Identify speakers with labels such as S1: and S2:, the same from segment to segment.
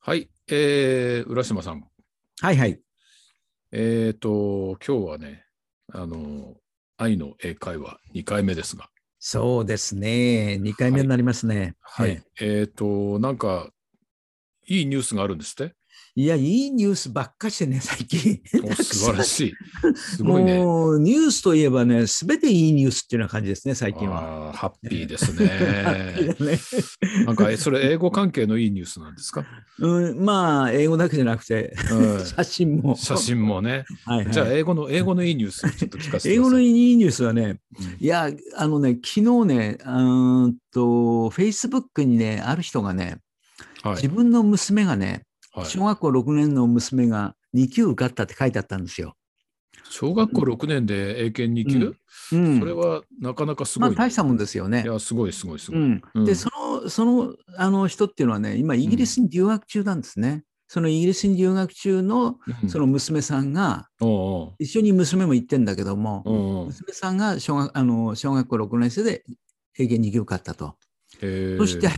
S1: はい、えー、浦島さん。
S2: はいはい。
S1: えっ、と、今日はね、あの、愛の英会話2回目ですが、
S2: そうですね。2回目になりますね。
S1: はい。
S2: え
S1: えっ、と、なんか、いいニュースがあるんですって。
S2: えいや、いいニュースばっかしてね、最近。
S1: お素晴ら しい。すごいね。
S2: もうニュースといえばね、すべていいニュースっていうような感じですね、最近は。
S1: あーハッピーです
S2: ハッピ
S1: ね。
S2: ーだね
S1: なんか、えそれ、英語関係のいいニュースなんですか、
S2: うん、まあ、英語だけじゃなくて、
S1: う
S2: 写真 も。
S1: ん、写真もね。
S2: はいはい
S1: じゃあ、英語の、英語のいいニュース、ちょっと聞かせてください。
S2: 英語のいいニュースはね、
S1: うん
S2: いや、あのね、昨日ね、うーんと、Facebook にね、ある人がね、
S1: は
S2: 自
S1: い。
S2: 分の娘がね、
S1: はい
S2: 小学校6年の娘が2級受かったって書いてあったんですよ。
S1: 小学校6年で英検2級、
S2: うん
S1: それはなかなかすご
S2: ま
S1: い
S2: あ
S1: ね、
S2: 大したもんですよね
S1: い。や、すごい、すごい、すご
S2: う
S1: い。
S2: ん
S1: うん
S2: でそのそのあの人っていうのはね今イギリスに留学中なんですね。そのイギリスに留学中の
S1: うん
S2: その娘さんが、
S1: おう
S2: 一緒に娘も行ってんだけども、
S1: おうおうおう
S2: 娘さんが小学あの小学校6年生で英検2級受かったと。
S1: へー
S2: そして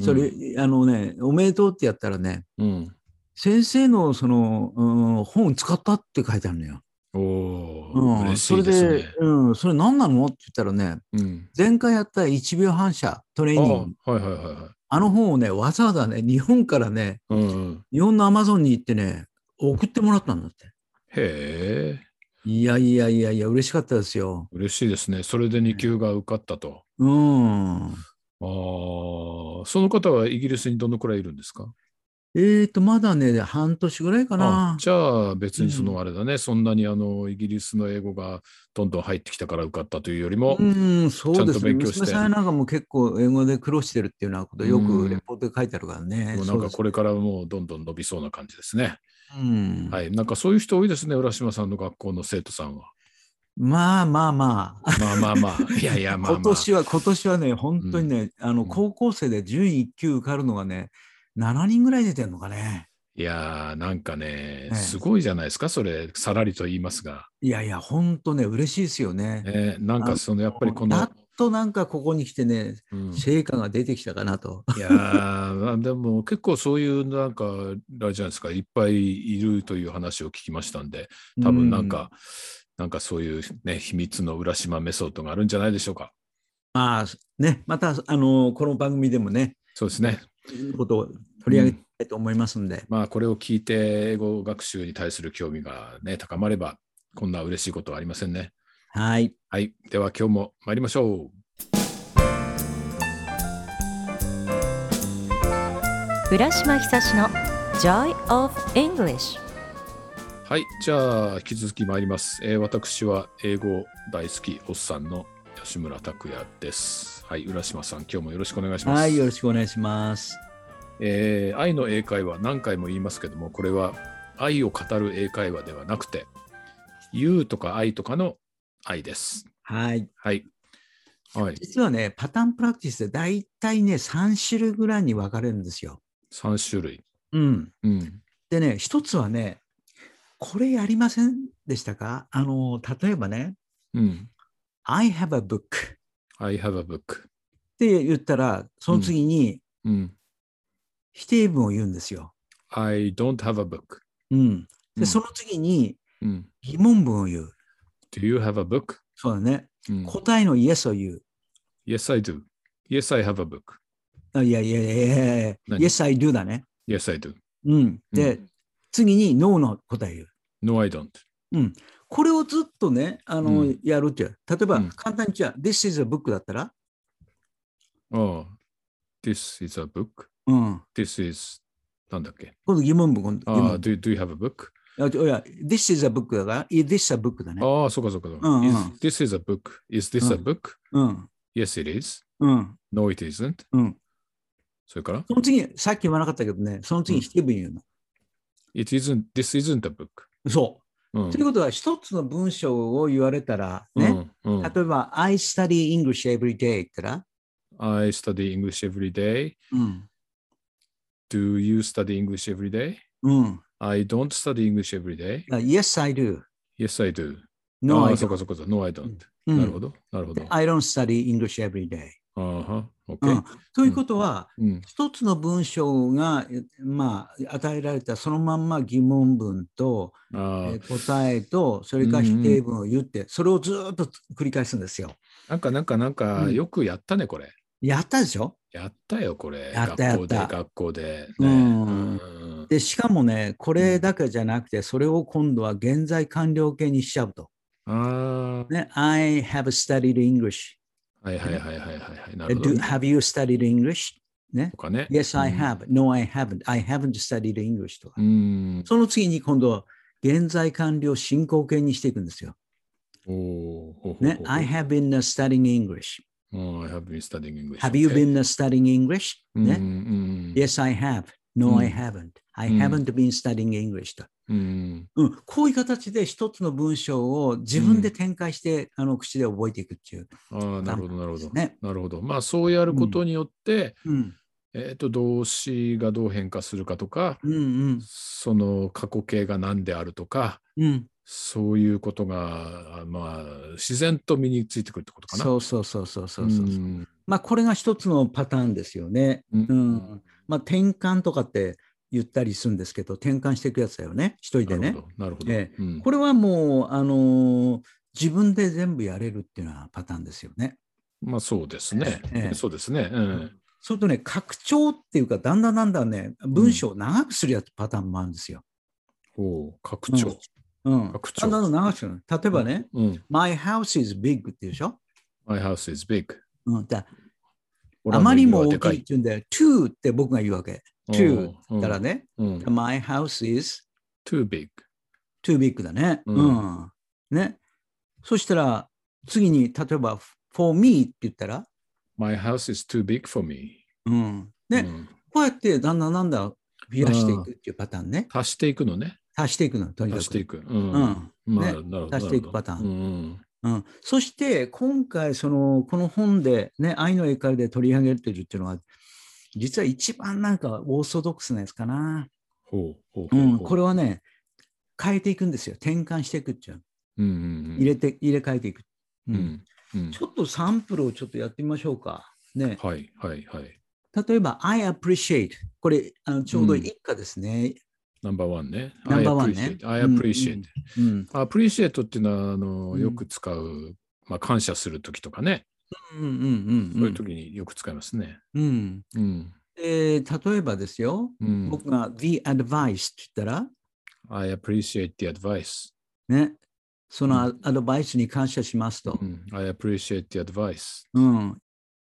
S2: それ、あのねおめでとうってやったらね
S1: うん、
S2: 先生のその、うん、本使ったって書いてあるのよ。
S1: お
S2: う
S1: お、
S2: ん
S1: 嬉しいです
S2: それ
S1: ね
S2: で、。うん、それ何なのって言ったらね、
S1: うん、
S2: 前回やった1秒反射トレーニング、
S1: あはいはいはいはい。
S2: あの本をね、わざわざね、日本からね、
S1: うんうん、
S2: 日本のアマゾンに行ってね、送ってもらったんだって。
S1: へえ、
S2: いやいやいやいや、嬉しかったですよ。
S1: 嬉しいですね。それで2級が受かったと。
S2: うん。
S1: ああ、その方はイギリスにどのくらいいるんですか
S2: えーと、まだね、半年ぐらいか
S1: あ
S2: な。
S1: じゃあ別にそうのあれだね、そんなにあのイギリスの英語がどんどん入ってきたから受かったというよりも、
S2: うん、そうで
S1: ちゃんと
S2: すね。
S1: 勉強して
S2: 娘さんなんかも結構英語で苦労してるっていうようなこと、よ
S1: う
S2: く
S1: ん
S2: レポートで書いてあるからね。
S1: もうな
S2: そ
S1: ん
S2: うで
S1: か
S2: す
S1: これからもうどんどん伸びそうな感じですね。
S2: うん
S1: はい、なんかそういう人多いですね、浦島さんの学校の生徒さんは。
S2: まあまあまあ。
S1: まあまあまあ、いやい や、まあまあ。
S2: 今年は、今年はね、本当にね、あ
S1: う
S2: の、
S1: ん
S2: 高校生で準1級受かるのがね、7人ぐらい出てるのかね。
S1: いやー、なんかね、
S2: ええ
S1: すごいじゃないですか、それ、さらりと言いますが。
S2: いやいや、本当ね、嬉しいですよね。
S1: えーなんかその、やっぱりこ
S2: や
S1: の
S2: っ、となんかここに来てね、
S1: うんい
S2: 成果が出てきたかなと。
S1: やー、まあでも結構そういう、なんか、あれじゃないですか、いっぱいいるという話を聞きましたんで、 多分なんか、なんかそういうね、秘密の浦島メソッドがあるんじゃないでしょうか。
S2: うん。まあね、またあのこの番組でもね、
S1: そうですね。
S2: いいことを取り上げたいと思いますんで、
S1: まあ、これを聞いて、英語学習に対する興味がね、高まれば、こんな嬉しいことはありませんね。
S2: はい。
S1: はい。では、今日も参りましょう。
S3: 浦島ひさしの Joy of English
S1: はい、じゃあ引き続き参ります。えー私は英語大好きおっさんの吉村拓也です。はい、浦島さん、今日もよろしくお願いします。
S2: はい、よろしくお願いします。
S1: えー愛の英会話何回も言いますけども、これは愛を語る英会話ではなくて、You とか愛とかの愛です。
S2: はい。
S1: はい。はい、
S2: 実はね、パターンプラクティスで大体ね、3種類ぐらいに分かれるんですよ。
S1: 3種類。
S2: うん。
S1: うん。
S2: でね、一つはね、これやりませんでしたかあの、例えばね、
S1: うん。
S2: I have a book っ
S1: I have a book.
S2: て言ったら、その次に
S1: うん。
S2: 否定文を言うんですよ。
S1: I don't have a book.
S2: うん。
S1: う
S2: で、
S1: ん
S2: その次に
S1: うん。
S2: 疑問文を言う。
S1: Do you have a book?、
S2: そうだね。
S1: うん、
S2: 答えの Yes を言う。
S1: yes, I do. Yes, I have a book.
S2: あいやいやいやいやいや
S1: 何
S2: Yes, I do だね。
S1: Yes, I do.
S2: うん。で、
S1: うん
S2: 次に No の答え言う。
S1: No, I don't.
S2: これをずっとね、あの、
S1: うん
S2: やるっていう。例えば、
S1: うん
S2: 簡単にじゃあ、This is a book だったら、
S1: ああ、This is a book.
S2: うん。
S1: This is なんだっけ
S2: 今度疑問文、今度疑
S1: ああ、
S2: 問
S1: do, do you have a book?
S2: 文。いや、This is a book だから、Is this a book だね。
S1: ああ、そうかそうかそうか。
S2: うんうん
S1: is, this is a book. Is this a
S2: うん
S1: book?、
S2: うん。
S1: yes, it is.
S2: うん。
S1: No, it isn't.
S2: うん。
S1: それから
S2: その次、さっき言わなかったけどね、その次、
S1: うん
S2: 否定文言うの。
S1: It isn't, this isn't a book. Oh,
S2: そう。
S1: うん
S2: ということは、一つの文章を言われたら、
S1: oh,
S2: ね、
S1: うんうん
S2: 例えば、I study English every day って言ったら、
S1: I study English every day.
S2: うん。
S1: Do you study English every day?
S2: うん。
S1: I don't study English every day.
S2: だから yes, I do.
S1: Yes, I do. Ah,
S2: No,
S1: あ
S2: I
S1: あ、そう
S2: don't. Hmm.
S1: かそうかそうか。No, I don't.
S2: うん
S1: なるほど。なるほど。
S2: I don't study English every day.
S1: あは、
S2: う
S1: OK
S2: ん。ということは、
S1: うん。
S2: 一つの文章が、えまあ、与えられたそのまんま疑問文と、え
S1: ああ
S2: ー答えとそれから否定文を言って、それをずーっと繰り返すんですよ。
S1: なんかなんかなんか
S2: うん
S1: よくやったねこれ。
S2: やったでしょ
S1: やったよこれ。
S2: やったやっ
S1: 学校
S2: た
S1: で学校で。
S2: う
S1: ね
S2: ん
S1: うん
S2: でしかもねこれだけじゃなくてそれを今度は現在完了形にしちゃうと。
S1: あ
S2: ね、I have studied English.
S1: あはいはいはいはいはいはい。なるほど
S2: Do,
S1: ね。
S2: have you studied English? ね
S1: と。かね。
S2: Yes, I
S1: うん
S2: have. No, I haven't. I haven't studied English とか
S1: う。ん。
S2: その次に今度は現在完了進行形にしていくんですよ。
S1: おおほうほうほう。
S2: ね。I have been studying English.
S1: うん I have been studying English.
S2: Have you
S1: Okay.
S2: been studying English?
S1: うんう
S2: ね。
S1: ん
S2: Yes, I have. No, I
S1: うん
S2: haven't. I
S1: うん
S2: haven't been studying English と。
S1: うん。
S2: うん、こういう形で一つの文章を自分で展開して、あの口で覚えていくっていう
S1: うん。ああ、なるほど、なるほ
S2: です
S1: ど。
S2: ね。
S1: なるほど。まあ、そうやることによって、
S2: うん、
S1: えっと、動詞がどう変化するかとか、
S2: うん、うん、
S1: その過去形が何であるとか、
S2: うん。
S1: そういうことが、あまあ、自然と身についてくるってことかな。う
S2: そうそうそうそうそうそう。
S1: ん
S2: まあこれが一つのパターンですよね。
S1: うん
S2: うん。まあ転換とかって言ったりするんですけど、転換していくやつだよね。一人
S1: な
S2: で
S1: る
S2: ね
S1: ほ。ど。なるほど。
S2: え
S1: うん
S2: これはもう、あのー自分で全部やれるっていうのはパターンですよね。
S1: まあ、そうですね。
S2: ええ
S1: そうですね。うん。
S2: それとね、拡張っていうか、だんだんだんだんね、文章を長くするやつパターンもあるんですよ。
S1: おう拡張。
S2: うん。
S1: 拡
S2: だ
S1: 張
S2: んだん長くする。例えばね、
S1: うん。
S2: My house is big っていうでしょ。
S1: My house is big.
S2: うん、だ
S1: 俺ら
S2: あ
S1: の
S2: まり
S1: 家
S2: も
S1: は
S2: 大
S1: で
S2: き
S1: か
S2: いっていうんで、to って僕が言うわけ。to
S1: おう
S2: だからね、
S1: うんうん
S2: My house is
S1: too big.
S2: too big だね。
S1: う
S2: うんん。ね。そしたら、次に、例えば、for me って言ったら、
S1: My house is too big for me.
S2: うん。ね、
S1: うん
S2: こうやって、だんだんだんだん増やしていくっていうパターンね。
S1: 足していくのね。
S2: 足していくの、とにかく。
S1: 足していく。う。
S2: うんん。
S1: まあ、な
S2: ね
S1: るほど。
S2: 足していくパターン
S1: なるほどうん
S2: うん、そして、今回、その、この本で、ね、愛の英会話で取り上げてるっていうのは、実は一番なんかオーソドックスなやつかな。
S1: ほうほうほう
S2: う
S1: ほ
S2: ん。
S1: う。
S2: これはね、変えていくんですよ。転換していくっていうの。
S1: うんうんうん、
S2: 入れて、入れ替えていく。う
S1: うんんうん
S2: ちょっとサンプルをちょっとやってみましょうか。ね、
S1: はいはいはい。
S2: 例えば、I appreciate。これ、あのちょうど
S1: うん
S2: 一家ですね。
S1: ナンバーワンね。
S2: ナンバーワンね
S1: I appreciate.
S2: うん。
S1: I appreciate. appreciate っていうのはあの、
S2: うん
S1: よく使う、まあ、感謝するときとかね。
S2: う
S1: そう
S2: んうん
S1: うんいううんときによく使いますね。
S2: うん。
S1: うん。
S2: えー例えばですよ、
S1: うん、
S2: 僕が The advice って言ったら、
S1: I appreciate the advice.、
S2: ね、そのアアドバイスに感謝しますと
S1: う。ん、I appreciate the advice.
S2: うん。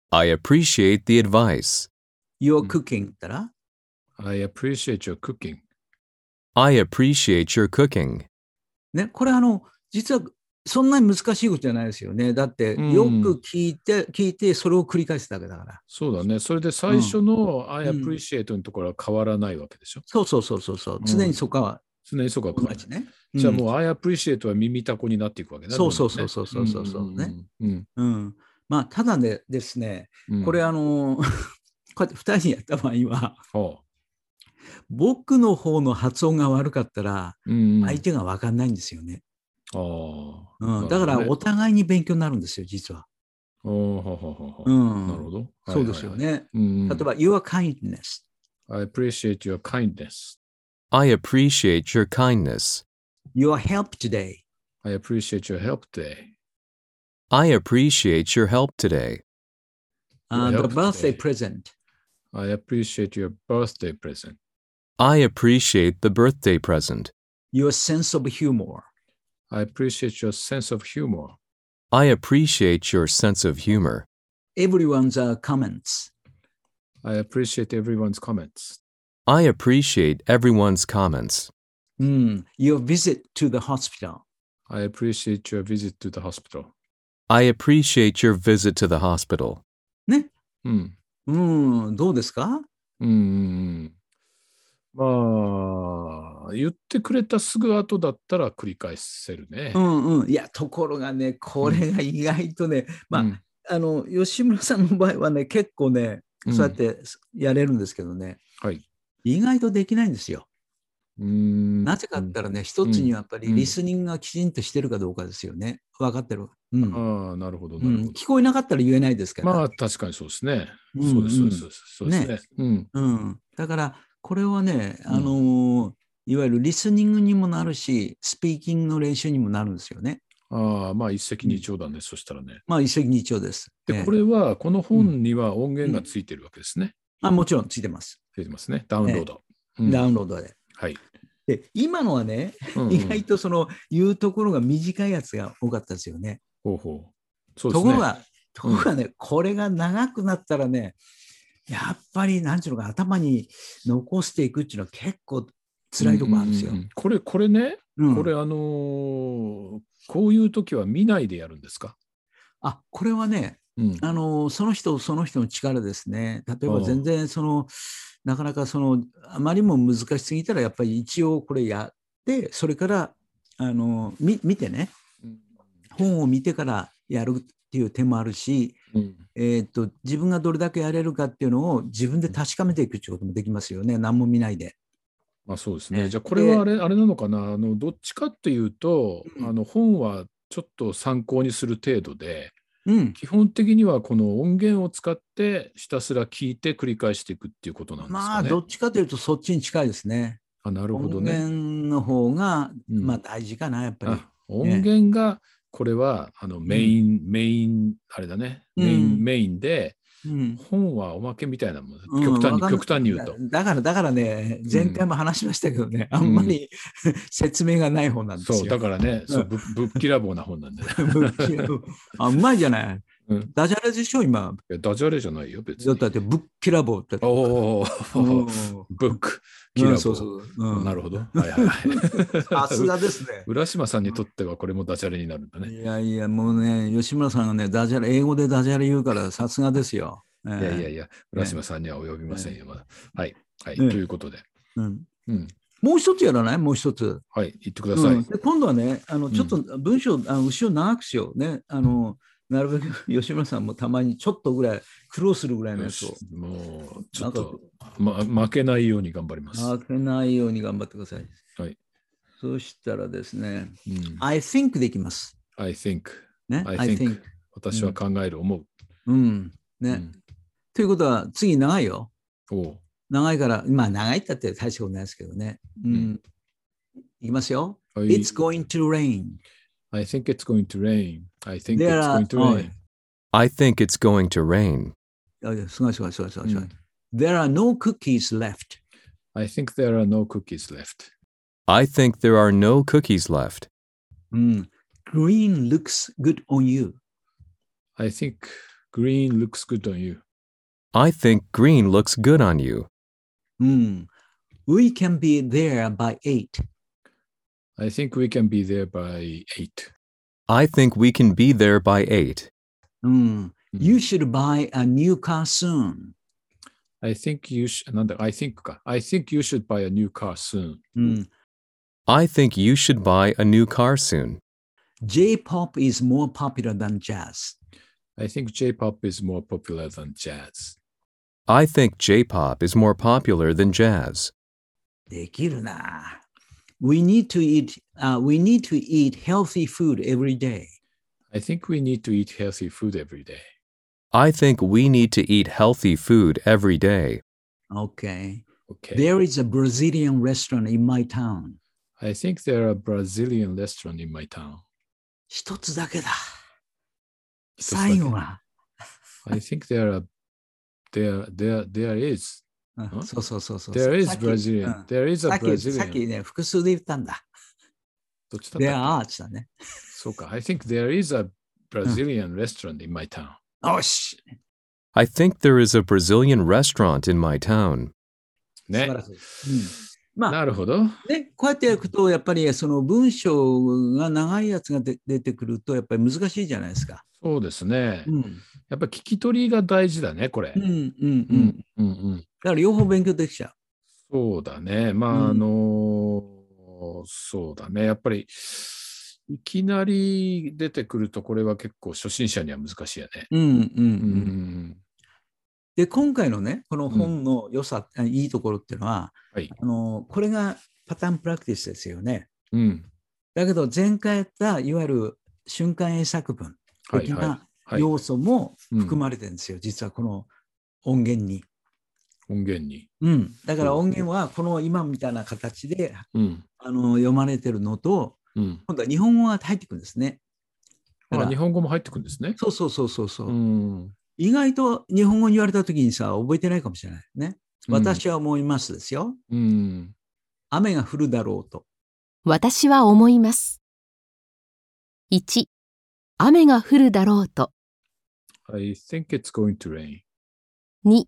S4: I appreciate the advice.
S2: Your
S1: うん
S2: cooking って言ったら、
S1: I appreciate your cooking.
S4: I appreciate your cooking.
S2: ね、これあの、実はそんなに難しいことじゃないですよね。だって、
S1: うん
S2: よく聞いて、聞いて、それを繰り返すだけだから。
S1: そうだね。それで最初の I
S2: うん
S1: appreciate のところは変わらないわけでしょ。
S2: そうそうそうそうそう。常にそこは
S1: 常にそうか変
S2: 同
S1: わらない
S2: じ。ね。
S1: じゃあ
S2: うん
S1: もう、I appreciate は耳たこになっていくわけだ
S2: そうそうそうそうそうそうそう
S1: どん
S2: ね。
S1: どんね
S2: うん、まあただねですね
S1: うんうんうん
S2: これあのー こうやって2人にやった場合は
S1: ほ
S2: 僕の方の発音が悪かったら
S1: ううんうん
S2: 相手が分かんないんですよね、
S1: あー
S2: う
S1: なるほどね
S2: んだからお互いに勉強になるんですよ実は、
S1: おーほうほうほうほう
S2: うん、
S1: なるほど。
S2: そうですよね、
S1: 例
S2: 例え。ば「Your kindness
S1: I appreciate your kindness.
S4: I appreciate your kindness.
S2: Your help today
S1: I appreciate your help today.
S4: I appreciate your help today.
S2: uh,
S1: Your help
S2: The birthday
S1: today.
S2: present
S1: I appreciate your birthday present.
S4: I appreciate the birthday present.
S2: Your sense of humor
S1: I appreciate your sense of humor.
S4: I appreciate your sense of humor.
S2: Everyone's uh, comments
S1: I appreciate everyone's comments.
S4: I appreciate everyone's comments.
S2: うん、Your visit to the hospital
S1: I appreciate your visit to the hospital.
S4: I appreciate your visit to the hospital.
S2: ね
S1: うん。
S2: うんどうですか
S1: うんうんうん。まあ、言ってくれたすぐ後だったら繰り返せるね。
S2: うんうん、いやところがねこれが意外とね、まあ、
S1: うん
S2: あの吉村さんの場合はね結構ねそうやっ。
S1: ん
S2: てやれるんですけどね、
S1: はい。
S2: 意外とできないんですよ。
S1: な
S2: なぜかって言ったらね、一つにはやっぱりリスニングがきちんとしてるかどうかですよね。分かってる。うん。
S1: ああ、なるほど、
S2: う
S1: なるほ
S2: ん
S1: ど。
S2: 聞こえなかったら言えないですから。
S1: まあ、確かにそうですね。
S2: うん
S1: そうです、
S2: う
S1: そうんです、そうですね。うん。
S2: うん、だからこれはね、
S1: うん
S2: あのーいわゆるリスニングにもなるし、スピーキングの練習にもなるんですよね。
S1: ああ、まあ、一石二鳥だね、そしたらね。
S2: まあ一石二鳥です。え
S1: で、
S2: え
S1: これは、この本には音源がついてるわけですね。
S2: あもちろんついてます。
S1: ついてますね。ダウンロード。うん
S2: ダウンロードで。
S1: はい。
S2: で、今のはね、
S1: うんうん
S2: 意外とその言うところが短いやつが多かったですよね。
S1: ほうほう。そうで
S2: と
S1: すね。
S2: ころが、ところがね、これが長くなったらね、やっぱり、なんていうのか、頭に残していくっていうのは結構辛いとこあるんですよ
S1: うう。うこれ、これね、
S2: うん
S1: これ、あのーこういう時は見ないでやるんですか
S2: あこれはね、
S1: うん。
S2: あのその人その人の力ですね。例え
S1: あ
S2: ば
S1: あ
S2: 全然そのなかなかそのあまりも難しすぎたらやっぱり一応これやってそれからあのみ見てね本を見てからやるっていう手もあるし、
S1: うん
S2: えーっと自分がどれだけやれるかっていうのを自分で確かめていくっていうこともできますよね何も見ないで。
S1: まあそうですね。
S2: ね
S1: じゃあこれはあれあれなのかなあのどっちかっていうと、
S2: うん
S1: あの本はちょっと参考にする程度で
S2: うん、
S1: 基本的にはこの音源を使ってひたすら聞いて繰り返していくっていうことなんです
S2: ま
S1: か
S2: あ
S1: ね。
S2: どっちかというとそっちに近いですね。
S1: あなるほど
S2: 音
S1: ね。
S2: 源の方が、
S1: うん
S2: まあ大事かなやっぱり。
S1: あ音源がこれはあのメイン、メインあれだねメイン、
S2: うん
S1: メインで
S2: うん
S1: 本はおまけみたいなもん、
S2: うん
S1: 極端
S2: わ
S1: に
S2: かん
S1: 極端に言うと。
S2: だだから、だからね、前回も話しましたけどね、あんまり説明がない方なんですよ。
S1: そうだからね、そうぶぶっきらぼうな本 なんで、ね、
S2: あ、うまいじゃない。
S1: うん
S2: ダジャレでしょ、今。
S1: いやダジャレじゃないよ別
S2: だ
S1: に
S2: っ。て、ぶっきらぼうって。
S1: おお
S2: うん
S1: ブック、キ
S2: う
S1: ラボ
S2: んそうそう。うん
S1: なるほど。はいはいはい。。
S2: さすがですね
S1: 浦島さんにとってはこれもダジャレになるんだね。
S2: いやいや、もうね、吉村さんがね、ダジャレ、英語でダジャレ言うから、さすがですよ。い
S1: いやいやいや、浦島さんには及びませんよ、まだ。はい。はい。ということで。うん。
S2: もう一つやらないもう一つ。
S1: はい。言ってください。
S2: うんで今度はねあのちょっと文章、あの後ろ長くしようねあのなるべく 吉村さんもたまにちょっとぐらい苦労するぐらいの
S1: よ
S2: やつを
S1: しもう、ちょっと、ま、負けないように頑張ります。
S2: 負けないように頑張ってください
S1: はい。
S2: そうしたらですね
S1: うん、
S2: I think できます、
S1: I think,
S2: ね、
S1: I think, 私は考える、思う。
S2: うんね
S1: うん
S2: ということは次長いよ
S1: おう
S2: 長いからまあ長いったって大したことないですけどねうん、いきますよ、
S1: はい
S2: It's going to rain
S1: I think it's going to rain. I think
S2: There
S1: it's
S2: are-
S1: going to rain.
S4: I think it's going to rain.
S2: あすごいすごいすごいすごい、すごい
S1: うん
S2: There are no cookies left
S1: I think there are no cookies left.
S4: I think there are no cookies left.
S2: うん。Green looks good on you.
S1: I think green looks good on you.
S4: I think green looks good on you.
S2: うん。We can be there by eight.
S1: I think we can be there by eight.
S4: I think we can be there by 8.
S2: うん。
S1: うん
S2: You should buy a new car soon.
S1: I think you sh- なんだ、I think か。I think you should buy a new car soon.
S2: うん。
S4: I think you should buy a new car soon.
S2: J-pop is more popular than jazz.
S1: I think J-pop is more popular than jazz.
S4: I think J pop is more popular than jazz.
S2: できるな。We need to eat,、we need to eat healthy food every day.
S1: I think we need to eat healthy food every day.
S4: I think we need to eat healthy food every day.
S2: Okay.
S1: Okay.
S2: There is a Brazilian restaurant in my town.
S1: I think there are Brazilian restaurant in my town.
S2: 一つだけだ。
S1: 一つだけ
S2: 最後は。
S1: I think there are there there there is
S2: うん
S1: ん
S2: そうそうそうそう。
S1: there is
S2: さっきう
S1: Brazilian
S2: ん
S1: there is
S2: さ
S1: a
S2: っきさっき
S1: Brazilian
S2: ね、複数で言ったんだ。
S1: どっちだっ
S2: で、
S1: たっ
S2: あーチだね。
S1: けそうか I think there is a Brazilian restaurant in my town.
S2: よし、
S4: I think there is a Brazilian restaurant in my town.
S1: ね
S2: 素晴らしいうんまあ
S1: なるほど。
S2: ね、こうやってやると、やっぱりその文章が長いやつがで出てくると、やっぱり難しいじゃないですか。
S1: そうですね
S2: う。ん、
S1: やっぱ聞き取りが大事だね、これ
S2: う。ん、うん、
S1: う
S2: うんん。
S1: うんうん、
S2: だから両方勉強できちゃ
S1: そうだね。まあ、
S2: うん
S1: あのーそうだね。やっぱり、いきなり出てくると、これは結構初心者には難しいよね。
S2: う。うん、うん、う。
S1: うんん、
S2: で、今回のね、この本の良さ、あいいところっていうのは、
S1: はい
S2: あのこれがパターンプラクティスですよね。
S1: うん。
S2: だけど前回やったいわゆる瞬間英作文
S1: はい
S2: 的
S1: は。
S2: ない
S1: はい、
S2: 要素も
S1: うん
S2: 含まれてるんですよ、実はこの音源に。
S1: 音源に。
S2: うん、だから音源はこの今みたいな形で
S1: うん。
S2: あの読まれてるのと
S1: うん。
S2: 今度は日本語が入ってくるんですね。だか
S1: あ、
S2: ら
S1: 日本語も入ってくるんですね。
S2: そうそうそうそうそう、
S1: うん。
S2: 意外と日本語に言われた時にさ覚えてないかもしれないね。私は思いますですよ。
S1: うん。
S2: 雨が降るだろうと。
S5: 私は思います。1. 雨が降るだろうと。
S1: I think it's going to rain.
S5: 2.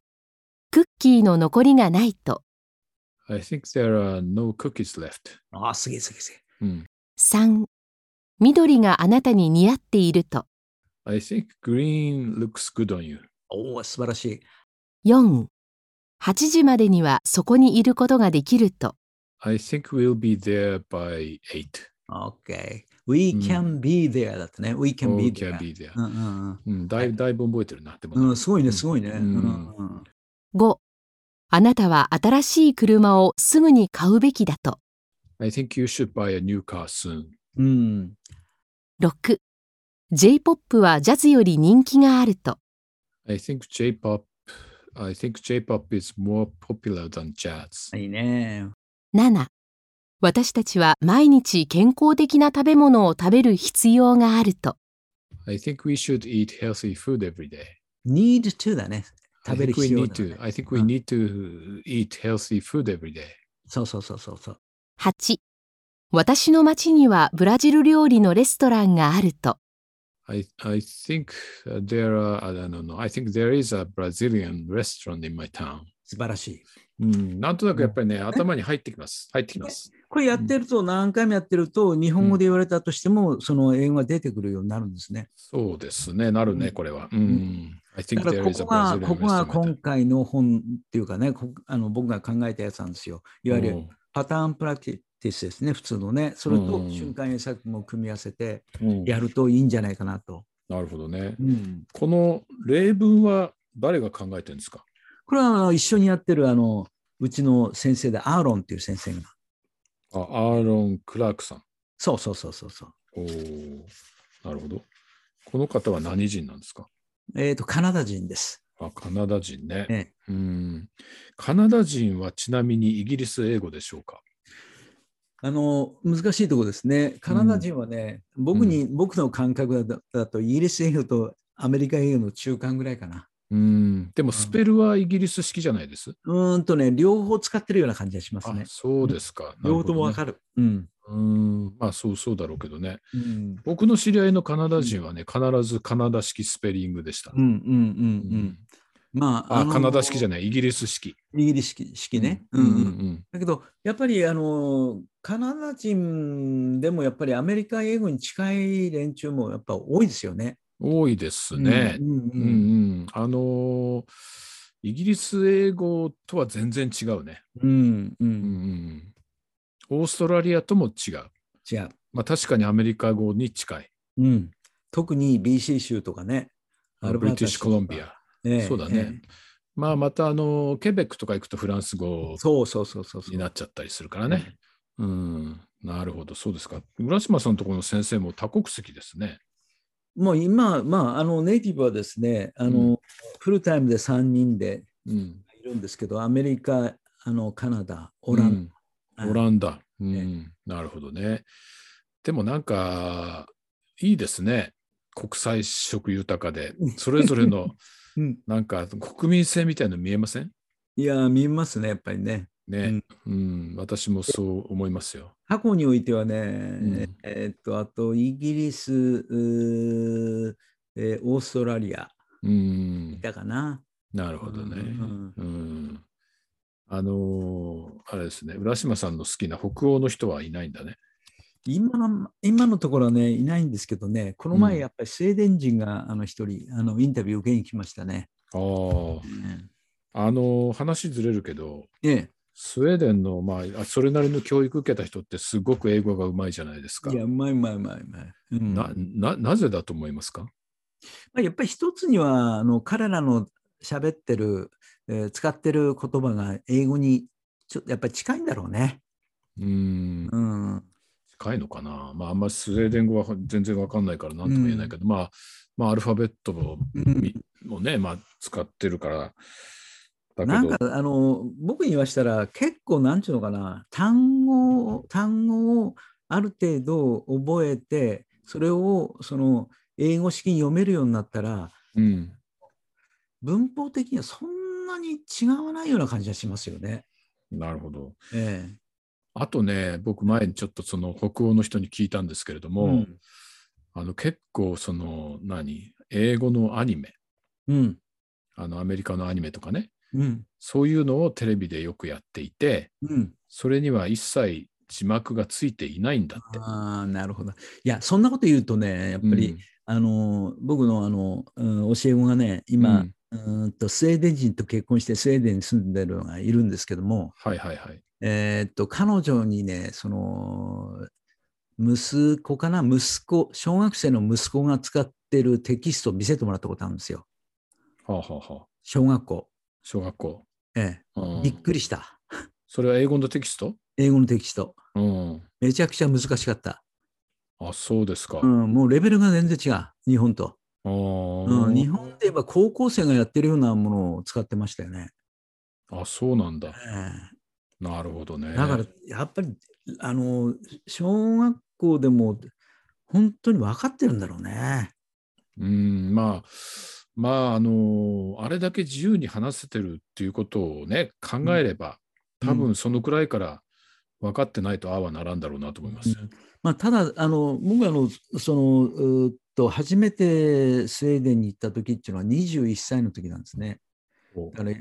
S5: クッキーの残りがないと。
S1: I think there are no cookies left.
S2: ああ、すげえすげえすげえ。
S1: うん。
S5: 3. 緑があなたに似合っていると。
S1: I think green looks good on you.
S2: おお、素晴らしい。
S5: 4. 8時までにはそこにいることができると。
S1: I think we'll be there by 8.
S2: OK。We
S1: うん
S2: can be there だったね。We can be
S1: Oh,
S2: there.
S1: can be there.
S2: うんうん
S1: うん、だいだいぶ覚えてるな。でも
S2: う
S1: な、
S2: ん、うん、すごいね、すごいね。
S1: う
S2: うんんうん
S5: 5. あなたは新しい車をすぐに買うべきだと。
S1: I think you should buy a new car soon.
S2: うん、
S5: 6. J-POP はジャズより人気があると。
S1: I think J-pop. I think J-pop is more popular than jazz.
S2: いいね。
S5: 7. 私たちは毎日健康的な食べ物を食べる必要があると。
S1: I think we should eat healthy food every day.
S2: need to だね。
S1: I
S2: 食べる
S1: think we
S2: 必要
S1: need to.
S2: だ、ね
S1: I think we
S2: うん
S1: need to eat healthy food every day.
S2: そうそうそうそうそう。
S5: 8. 私の町にはブラジル料理のレストランがあると。
S1: I I think uh, there are I don't know. I think there is a Brazilian restaurant in my town.
S2: 素晴らしい。
S1: うん、なんとなくやっぱりね、頭に入ってきます。入ってきます。
S2: これやってると、何回もやってると、日本語で言われたとしても、その英語が出てくるようになるんですね。
S1: そうですね。なるね、これは。うん。I
S2: だ
S1: think
S2: から
S1: there
S2: こ
S1: is a
S2: こが、
S1: Brazilian
S2: ここが
S1: restaurant.
S2: 今回の本っていうかね、こあの僕が考えたやつなんですよ。いわゆるパターンプラクティスですね、普通のね。それ
S1: う
S2: と
S1: ん
S2: 瞬間英作文を組み合わせて
S1: うんうん
S2: やるといいんじゃないかなと。
S1: なるほどね。
S2: うん
S1: この例文は誰が考えてるんですか
S2: これはあの一緒にやってるあのうちの先生でアーロンっていう先生が。
S1: あアーロン・クラークさん。
S2: そうそうそうそうそう。
S1: おーなるほど。この方は何人なんですか
S2: えっ、と、カナダ人です。
S1: あカナダ人ね、
S2: ええ
S1: うん。カナダ人はちなみにイギリス英語でしょうか
S2: あの難しいところですね。カナダ人はね、僕に、僕の感覚だとだとイギリス英語とアメリカ英語の中間ぐらいかな。
S1: うん。でもスペルはイギリス式じゃないです。
S2: うーんとね、両方使ってるような感じがします
S1: あ
S2: ね。
S1: そうですか。
S2: 両方ともわ
S1: る
S2: かる。うん。
S1: ほどね。うん。まあそうそうだろうけどね。
S2: うん
S1: 僕の知り合いのカナダ人はね、必ずカナダ式スペリングでした。
S2: うんうんうんうん。まあ、
S1: あ、カナダ式じゃ
S2: ない。
S1: ない、イギリス式。
S2: イギリス式式ね。
S1: うんうん
S2: うんだけど、やっぱりあのカナダ人でもやっぱりアメリカ英語に近い連中もやっぱ多いですよね。
S1: うん多いですね
S2: う。んうん
S1: うん
S2: うん
S1: うんあのーイギリス英語とは全然違うね。
S2: うん
S1: う
S2: う
S1: ん
S2: ん
S1: うんうんオーストラリアとも違う。
S2: 違う。
S1: まあ確かにアメリカ語に近い。
S2: うん、特に BC 州とかね。
S1: ブリティッシュコロンビア。
S2: ええ
S1: そうだね。
S2: え
S1: まあまたあのーケベックとか行くとフランス語
S2: えそうそうそうそうそう。
S1: になっちゃったりするからね。うん、なるほど、そうですか。浦島さんのところの先生も多国籍ですね。
S2: もう今、まあ、あのネイティブはですねあの、
S1: うん
S2: フルタイムで3人で
S1: うん、
S2: いるんですけど、アメリカ、あのカナダ、オランダ、
S1: うんオランダ、うん
S2: え
S1: なるほどね。でもなんかいいですね。国際色豊かで、それぞれの
S2: うん
S1: なんか国民性みたいの見えません
S2: いや、見ますね、やっぱりね。
S1: ね、うん私もそう思いますよ。
S2: 過去においてはね、
S1: ん
S2: えーっと、あとイギリス、うーえーオーストラリア
S1: うん
S2: い、たかな。
S1: なるほどね。
S2: うん
S1: うんあのーあれですね、浦島さんの好きな北欧の人はいないんだね。
S2: 今の今のところはね、いないんですけどね、この
S1: う
S2: 前
S1: ん
S2: やっぱりスウェーデン人があの一人あのインタビュー受けに来ましたね。
S1: ああ、あのー話ずれるけど、
S2: ええ、
S1: スウェーデンの、まあ、それなりの教育受けた人ってすごく英語がうまいじゃないですか
S2: い。や、うまいうまいうまいうまい。うん
S1: なななぜだと思いますか
S2: まあ、やっぱり一つにはあの彼らの喋ってる、えー使ってる言葉が英語にちょっとやっぱり近いんだろうね。
S1: うん
S2: うん。
S1: 近いのかな。まあ、あんまりスウェーデン語は全然わかんないから、なんとも言えないけど、まあ、まあ、アルファベットも
S2: うん
S1: みもね、まあ、使ってるから、だ
S2: なん
S1: け
S2: か
S1: ど、
S2: あの僕に言わしたら結構なんちゅうのかな単語を単語をある程度覚えてそれをその英語式に読めるようになったら
S1: うん、
S2: 文法的にはそんなに違わないような感じがしますよね。
S1: なるほど。
S2: え
S1: あとね、僕前にちょっとその北欧の人に聞いたんですけれど
S2: え
S1: も、あの結構その何、英語のアニメ、
S2: うん
S1: あのアメリカのアニメとかね、
S2: うん
S1: そういうのをテレビでよくやっていて、
S2: うん、
S1: それには一切字幕がついていないんだって。
S2: ああなるほど。いやそんなこと言うとねやっぱり、あの僕のあの、うん教え子がね
S1: うん、
S2: 今、
S1: うん
S2: うーんとスウェーデン人と結婚してスウェーデンに住んでるのがいるんですけども、
S1: はいはいはい。
S2: えーっと彼女にねその息子かな息子小学生の息子が使ってるテキストを見せてもらったことあるんですよ
S1: はあ、はあはあ、
S2: 小学校、
S1: 小学校。
S2: え
S1: う
S2: え、
S1: ん
S2: びっくりした
S1: それは英語のテキスト
S2: 英語のテキスト
S1: うん。
S2: めちゃくちゃ難しかった、
S1: あ、そうですか。
S2: うん、もうレベルが全然違う日本と、
S1: あ
S2: う
S1: ー
S2: ん、日本で言えば高校生がやってるようなものを使ってましたよね、
S1: あ、そうなんだ
S2: え。え
S1: なるほどね。
S2: だからやっぱりあの小学校でも本当に分かってるんだろうね。
S1: うん、まあ、まあ、あの、あれだけ自由に話せてるっていうことをね、考えれば、
S2: うん
S1: 多分そのくらいから分かってないとああはならんだろうなと思いますよ。
S2: まあ、ただあの僕あのそのうーっと初めてスウェーデンに行った時っていうのは21歳の時なんですね。
S1: こ
S2: だから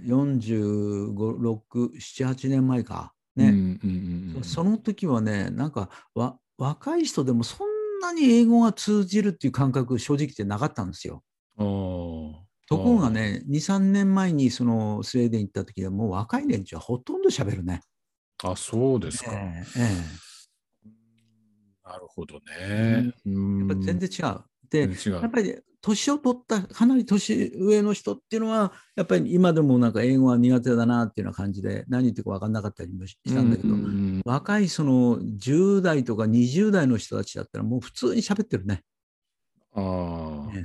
S2: 4567年前か。
S1: ううん
S2: ね、
S1: うんうんうん
S2: その時はねなんかわ若い人でもそんなに英語が通じるっていう感覚正直言ってなかったんですよ。
S1: ああ
S2: ところがね、2、3年前にそのスウェーデン行った時は、もう若い連中はほとんど喋るね。
S1: あ、そうですか。
S2: えええ
S1: なるほどね。うん
S2: えやっぱ全然違う。で、
S1: 違う
S2: やっ。ぱり年を取った、かなり年上の人っていうのは、やっぱり今でもなんか英語は苦手だなっていうような感じで、何言ってるか分かんなかったりもしたんだけど、
S1: うううん
S2: 若いその10代とか20代の人たちだったら、もう普通に喋ってるね。
S1: ああ、
S2: ね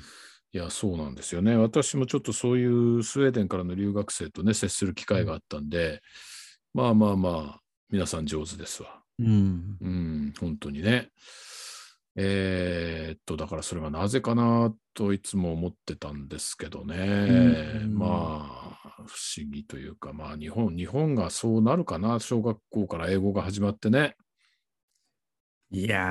S1: いや、そうなんですよね。私もちょっとそういうスウェーデンからの留学生とね、接する機会があったんで、まあまあまあ、皆さん上手ですわ。
S2: うん。
S1: うん、本当にね。えーっと、だからそれがなぜかなといつも思ってたんですけどね。
S2: うん
S1: まあ、不思議というか、まあ、日本、日本がそうなるかな、小学校から英語が始まってね。
S2: いや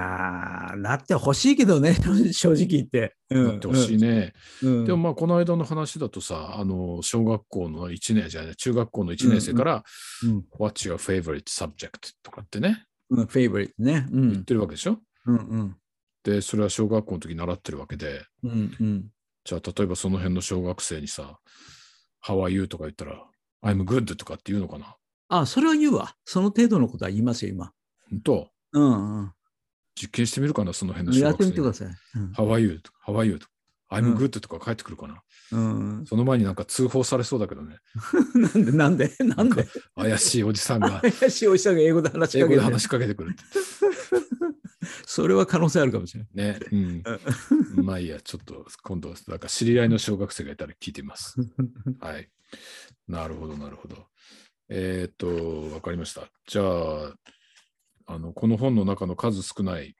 S2: ー、なってほしいけどね、 正直言って。うん
S1: なってほしいね。
S2: うん
S1: でもまあこの間の話だとさあの小学校の1年じゃない中学校の1年生から、
S2: うん、
S1: What's your favorite subject? とかってね
S2: うん、フェイブリットね。う
S1: 言っ
S2: ん。
S1: てるわけでしょ、
S2: うんうん。
S1: でそれは小学校の時習ってるわけで
S2: うんうん。
S1: じゃあ例えばその辺の小学生にさ「How are you?」とか言ったら「I'm good」とかって言うのかな
S2: あ、それは言うわ。その程度のことは言いますよ、今。
S1: ほんと
S2: うんうん。
S1: 実験してみるかなその辺の小
S2: やっ
S1: 学
S2: て
S1: 生
S2: みてくだ
S1: に
S2: さい。う
S1: 「
S2: ん
S1: How are you?」とか「How are you?」とか「
S2: う
S1: I'm
S2: ん
S1: good」とか返ってくるかな、
S2: うん、
S1: その前になんか通報されそうだけどね
S2: なんで、なんで、なん
S1: なん
S2: で
S1: か、怪しいおじさんが
S2: 怪しいおじさんが英語で話し
S1: 英
S2: か
S1: 語
S2: け
S1: で
S2: て、
S1: 話しかけてくるって
S2: それは可能性あるかもしれない。
S1: ね、うん。まあいいや、ちょっと今度、なんか知り合いの小学生がいたら聞いてみ ます。はい。なるほど、なるほど。えーっと、わかりました。じゃあ、あの、この本の中の数少ない、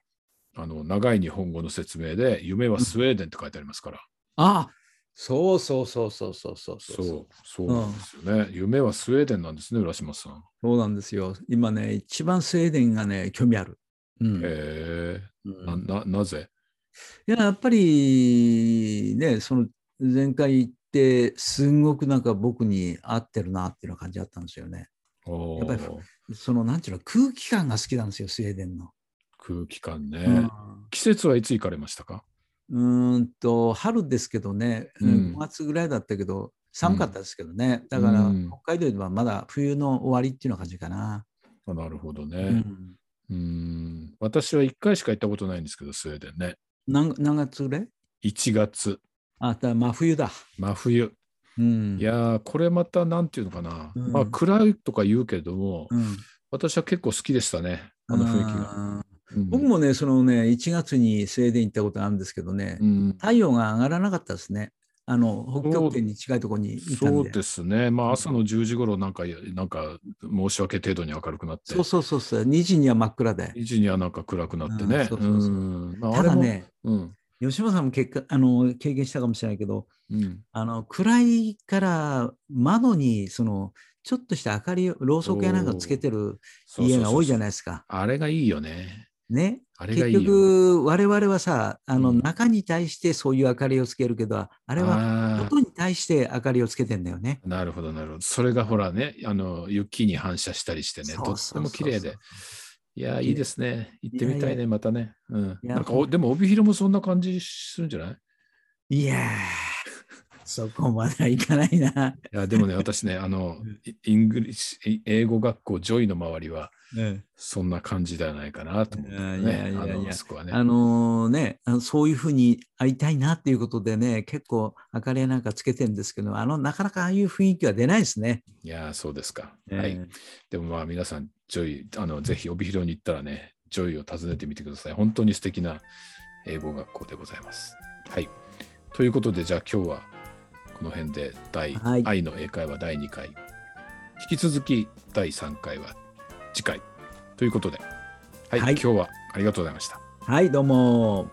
S1: あの、長い日本語の説明で、夢はスウェーデンって書いてありますから。
S2: あ、そうそうそうそうそうそう
S1: そ
S2: そうう。、
S1: そうなんですよね。夢はスウェーデンなんですね、浦島さん。
S2: そうなんですよ。今ね、一番スウェーデンがね、興味ある。うん
S1: え
S2: うん
S1: ー、な、な、なぜ
S2: いや、やっぱりね、その前回行って、すんごくなんか僕に合ってるなっていうような感じだったんですよね。
S1: お
S2: やっぱり
S1: ー
S2: そのなんていうの、空気感が好きなんですよ、スウェーデンの。
S1: 空気感ね。
S2: うん
S1: 季節はいつ行かれましたか
S2: うーんと春ですけどね、
S1: うん
S2: 5月ぐらいだったけど、寒かったですけどね、だか
S1: う
S2: ら
S1: ん
S2: 北海道ではまだ冬の終わりっていうような感じかな。
S1: あなるほどね。
S2: うん
S1: うーん私は1回しか行ったことないんですけど、スウェーデンね。
S2: 何何月ぐらい
S1: 1月、
S2: あ、だ真冬だ。
S1: 真冬。
S2: うん、
S1: いやー、これまたなんていうのかな。
S2: うん
S1: まあ、暗いとか言うけれども、
S2: うん
S1: 私は結構好きでしたね、あの雰囲気が。
S2: あー
S1: うん
S2: 僕、もね、そのね、1月にスウェーデン行ったことあるんですけどね、
S1: うん
S2: 太陽が上がらなかったですね。あの、北極圏に近いところにいたん
S1: そう
S2: で。
S1: ですね、まあ、朝の10時頃なんか、なんか申し訳程度に明るくなって、
S2: そうそうそうそう、2時には真っ暗で。
S1: 2時にはなんか暗くなって
S2: うん
S1: ね。
S2: そうそうそうん
S1: まあ
S2: ただ、ね、
S1: あれもうん
S2: 吉村さんも結果あの経験したかもしれないけど、
S1: うん、
S2: あの暗いから窓にそのちょっとした明かりをろうそくやなんかつけてる
S1: そうそうそう
S2: 家が多いじゃないですか。
S1: あれがいいよね。
S2: ね、
S1: あれが
S2: 結
S1: いいよ。
S2: 局我々はさあの
S1: うん
S2: 中に対してそういう明かりをつけるけど、あれは
S1: あー
S2: 外に対して明かりをつけてんだよね。
S1: なるほど、なるほど。それがほらね、あの雪に反射したりしてね、
S2: そう
S1: と
S2: そう
S1: っ
S2: そ
S1: て
S2: う
S1: も綺麗で。いやー、
S2: 綺麗
S1: いいですね。行ってみたい
S2: いや
S1: ね、またね。うん。
S2: いや
S1: なんか
S2: ほ
S1: お、
S2: ん
S1: でも帯広もそんな感じするんじゃない
S2: いやーそこまではいかないな。
S1: いや、でもね、私ね、あの
S2: うん、
S1: イイングリッシュ、イ英語学校、ジョイの周りは、
S2: うん
S1: そんな感じではないかなと思って
S2: いや
S1: ね。
S2: いや
S1: あ
S2: いやい
S1: の、
S2: や
S1: あそこはね。
S2: あのね、あのそういうふうに会いたいなっていうことでね、結構明かりなんかつけてるんですけど、あのなかなかああいう雰囲気は出ないですね。
S1: いやー、そうですか。は
S2: え
S1: い
S2: ー。
S1: でもまあ、皆さん、ジョイ、あの、ぜひ帯広に行ったらね、ジョイを訪ねてみてください。本当に素敵な英語学校でございます。はい。ということで、じゃあ今日は、この辺で第、
S2: はい
S1: 愛の英会話第2回、引き続き第3回は次回ということで、はい、
S2: はい
S1: 今日はありがとうございました。
S2: はい、どうも。